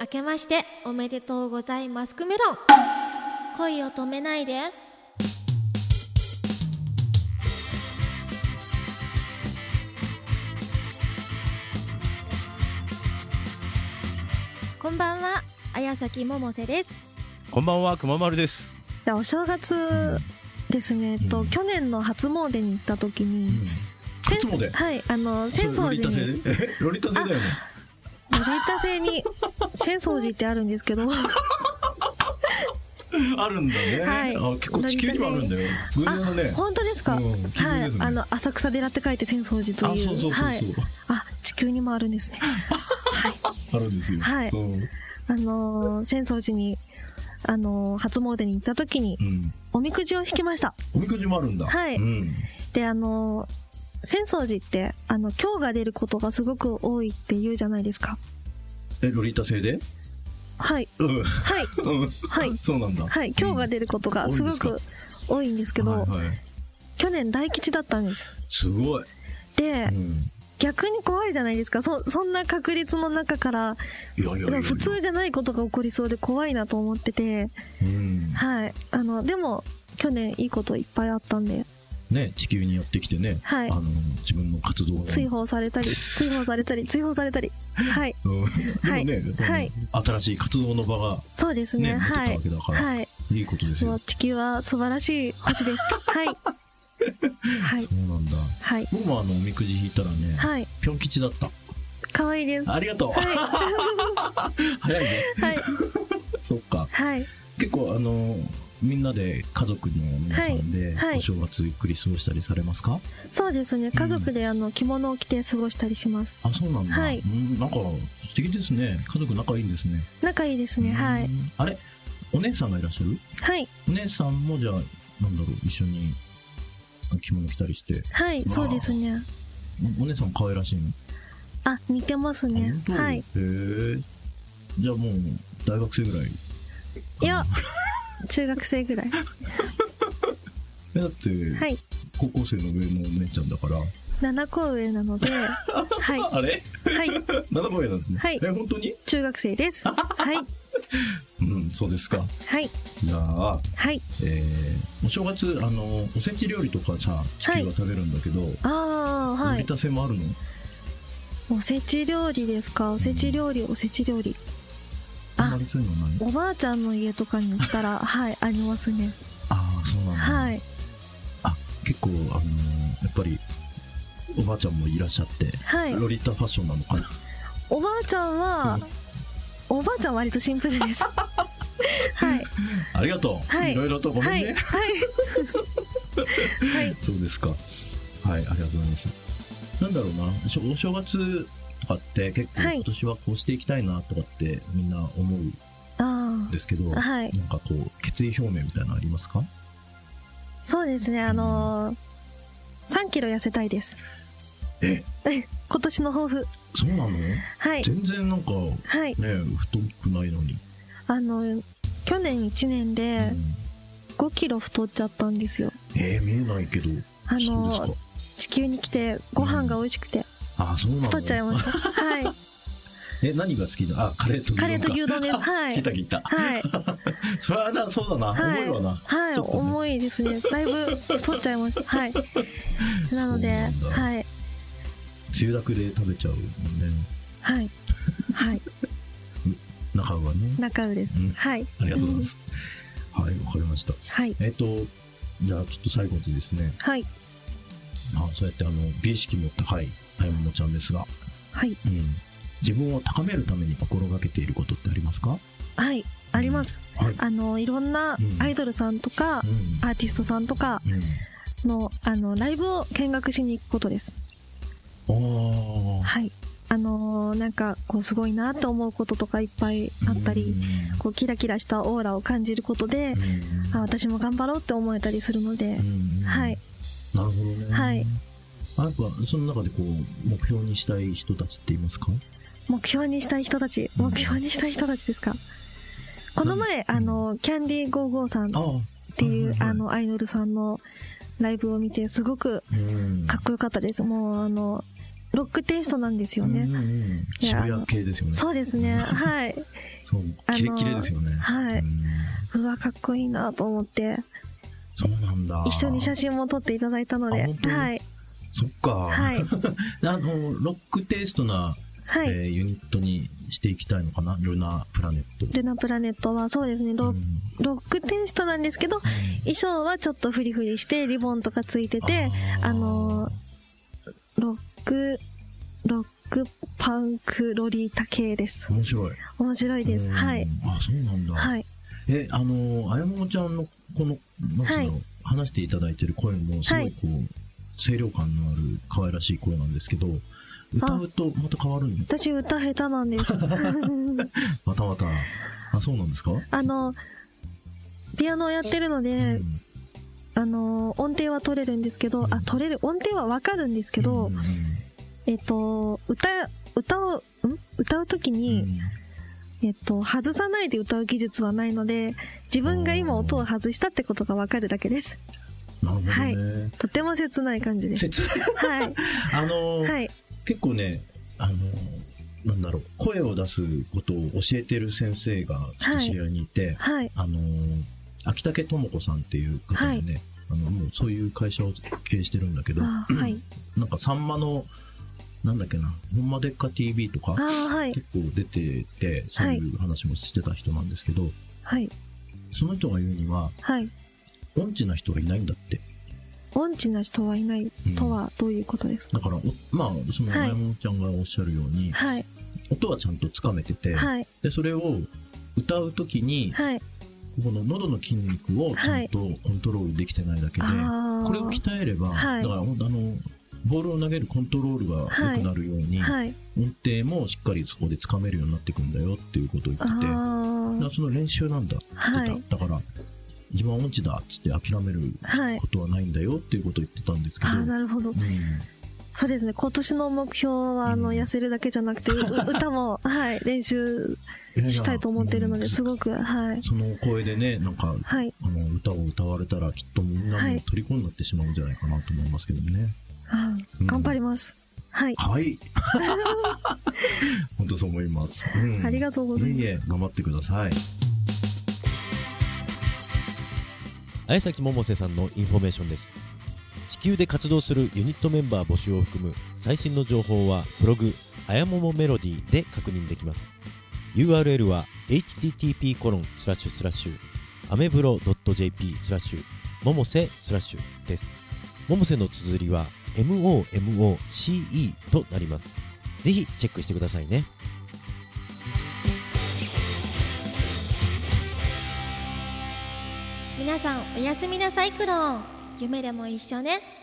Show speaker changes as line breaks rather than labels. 明けましておめでとうございますくメロン恋を止めないでこんばんは綾崎百瀬です
こんばんは、くままるです。
いやお正月ですね、えっと、去年の初詣に行った時に、
初詣
はいあの
そ
浅
れロリタ
草寺
製
に
ねえロリタ製だよね
ロリタ 製に浅草寺ってあるんですけど
あるんだね、
はい
あ結構地球にもあるんだよ偶
あ
然だね
本当ですか、
うん奇遇
は
で
い
すね
あの浅草寺って書いて浅草寺という
あそうそうそうそう
はい、あ地球にもあるんですねはい
あるんですよ、
はい
うんうん
あの浅草寺にあの初詣に行った時におみくじを引きました
おみくじもあるんだ
はい
うん
であの浅草寺ってあの今日が出ることがすごく多いって言うじゃないですか
えロリタ製で
はい
うん
はい
うん
はい
そうなんだ
はい、今日が出ることがすごく多いんですけど、
はいはい
去年大吉だったんです。
すごい、
で、
うん、
逆に怖いじゃないですか。そそんな確率の中から、
いやいやいやいや
普通じゃないことが起こりそうで怖いなと思ってて、
うん
はい。あの、でも、去年いいこといっぱいあったんで、
ね地球にやってきてね、
はい
あの自分の活動が
追放されたり、追放されたり、追放されたり。はい。
うん
はい
でもね、
はい
この新しい活動の場が
そうです
ね
ね。
持てた
は
わ
い
け。だから、
はい。
い、いことです
も
よ
う地球は素晴らしい星です。はい。 はい
そ。うなんだ
はい。
僕もあのおみくじ引いたらね、
はい。
ぴょん吉だった
可愛いです。は
ありが とう、早いね
い。はい。
そっか
はい。
結構あのみんなで家族の皆さんで、
はいはい
お正月ゆっくり過ごしたりされますか
そうですね家族であの着物を着て過ごしたりします
あそうなんだ、
はい
うんなんか素敵ですね家族仲いいんですね
仲いいですねは
う
い
んあれお姉さんがいらっしゃる
はい
お姉さんもじゃあなんだろう一緒に着物着たりして
はいそうですね
おお姉さん可愛らしいの
あ似てますね
本当
はい
へえじゃあもう大学生ぐらい
いや中学生ぐ らい
えだって、
はい
高校生の上のお姉ちゃんだから
7個上なの ではい
あれ
はい
7個上なんですね、
はい
え本当に
中学 生ですはい
うんそうですか
はい
じゃあ
はい
えーお正月あのおせち料理とかさ地球が食べるんだけど、
ああは
売り
い
たせもあるの
おせち料理ですかおせち料理おせち料理あ
あんまりそういうのない
おばあちゃんの家とかに行っ たらはいありますね
ああそうなんだ、
はい
結構あのーやっぱりおばあちゃんもいらっしゃって、
はい
ロリータファッションなのか な
おばあちゃんはおばあちゃんは割とシンプル ですはい
ありがとう、
はい
ろいろとごめんね、
はいはいはい
そうですかはいありがとうございますなんだろうなしょお正月とかって結構
はい
今年はこうしていきたいなとかってみんな思うん
あ
ですけど、
あはい
なんかこう決意表明みたいなのありますか
そうですねあのー、3キロ痩せたいです
え
今年の抱負
そうなの
はい
全然なんかね
はい
太くないのに、
あの去年1年
う
で
ん
5キロ太っちゃったんですよ
えー、見えないけど
あの
そうで
ー
す
地球に来てご飯が美味しくて
かあそうなの
太っちゃいましたはい
え何が好きなあカレーと牛丼か
カレーと牛 丼ですは
聞い
い
た聞いた
はい
それはなそうだな、
はい、
重いわな
はい、
ちょっとね
重いですね。だいぶ太っちゃいまし た。はい。なので、
そうなんだ
はい、
つゆだくで食べちゃうもんね
はい、はい、
中はね
仲良いです
うん。
はい、
ありがとうございます、はいわかりました
はい、
えっ、とじゃあちょっと最後にですね
はい、
まあそうやってあの美意識も高い買い物ちゃんですが、
はい、
うん、自分を高めるために心がけていることってありますかは
はい、あります。
い、
あの、いろんな
うん
アイドルさんとか、
う
アーティストさんとか
んうん
の、あの、ライブを見学しに行くことです。
ああ
はい。あのーなんか、こう、すごいなと思うこととかいっぱいあったり、こう、キラキラしたオーラを感じることで、あ、私も頑張ろうって思えたりするので、はい、
なるほどね
はい
あやっぱその中でこう目標にしたい人たちっていますか
目標にしたい人たち
うん
目標にしたい人たちですかこの前あのキャンディー55さんっ
ああ
ていう
はいはいはい
あのアイドルさんのライブを見てすごく
うん
かっこよかったですもうあのロックテイストなんですよ
うんう
ね。
んうん
いや
渋谷系ですよね。
そうですね。はい。
そう
あの
キレキレですよね。
はい
うん
うわ、かっこいいなと思って、
そうなんだ。
一緒に写真も撮っていただいたので、
あ本当に
はい。
そっか。
はい。
あのロックテイストな、
は
えー
い。
ユニットにしていきたいのかな、ルナプラネット。
ルナプラネットはそうですね、ロ
うん
ロックテイストなんですけど、衣装はちょっとフリフリして、リボンとかついてて、あのロック、ロックパンクロリータ系です
ー。面白い。
面白いです。
うん
はい。。
あ、そうなんだ。
はい。
え、あのー、あやももちゃんの、この、なんていうの、話していただいてる声も、すご
はい
いこう、清涼感のある可愛らしい声なんですけど、歌うとまた変わるんだ
私歌下手な んです。
またまた。あ、そうなんですか
あの、ピアノをやってるの
う
で、
ん
あの、音程は取れるんですけど、あ、取れる、音程はわかるんですけど
うん、うん
えっと、歌、歌を、ん歌うとき
うん
に、えっと、外さないで歌う技術はないので、自分が今音を外したってことがわかるだけです。
なるほどね。
はいとても切ない感じです。
切
はい。
あのー
はい。
結構ね、あのーなんだろう、声を出すことを教えてる先生が
はい
知り合いにいて、
はい。
あのー秋竹智子さんっていう方でね、あのもうそういう会社を経営してるんだけど、
あーはい。
なんかさんまの、なんだっけな、ほんまでっか TV とか
あ、ーはい。
結構出てて、そういう話もしてた人なんですけど、
はい。
その人が言うには、
はい。
音痴な人がいないんだって。
音痴な人はいない
うん
とはどういうことですか
だから、おまあ、その、
は
ま
い
やもんちゃんがおっしゃるように、
はい。
音はちゃんとつかめてて、
はい。
で、それを歌うときに、
はい。
この喉の筋肉をちゃんとコントロールできてないだけで、
ああ。
これを鍛えれば、
はい
だから、ほんとあの、ボールを投げるコントロールが良くなるように、
はい。
音程もしっかりそこでつかめるようになってくんだよっていうことを言ってて、だか
あ
らその練習なんだって
あ。は
言っ
い。
てた。だから、自分は音痴だっつって諦める
はい。
ことはないんだよっていうことを言ってたんですけど、
ああ、なるほど。
うん
そうですね。今年の目標は、あの、
うん
痩せるだけじゃなくて、う歌も、はい、練習したいと思ってるので、す
い
ごく、はい。
そのお声でね、なんか、
はい。
あの、歌を歌われたら、きっとみんな
は
も
い
虜になってしまうんじゃないかなと思いますけどね。
あー
うん
頑張ります。はい。
はい。 本当そう思います。うん
ありがとうございます
いえいえ、頑張ってください。
綾崎百瀬さんのインフォメーションです地球で活動するユニットメンバー募集を含む最新の情報はブログ「あやももメロディー」で確認できます URL は http コロンスラッシュスラッシュアメブロ .jp スラッシュ百瀬スラッシュです百瀬の綴りは MOMOCE となりますぜひチェックしてくださいね
皆さんおやすみなさいクローン夢でも一緒ね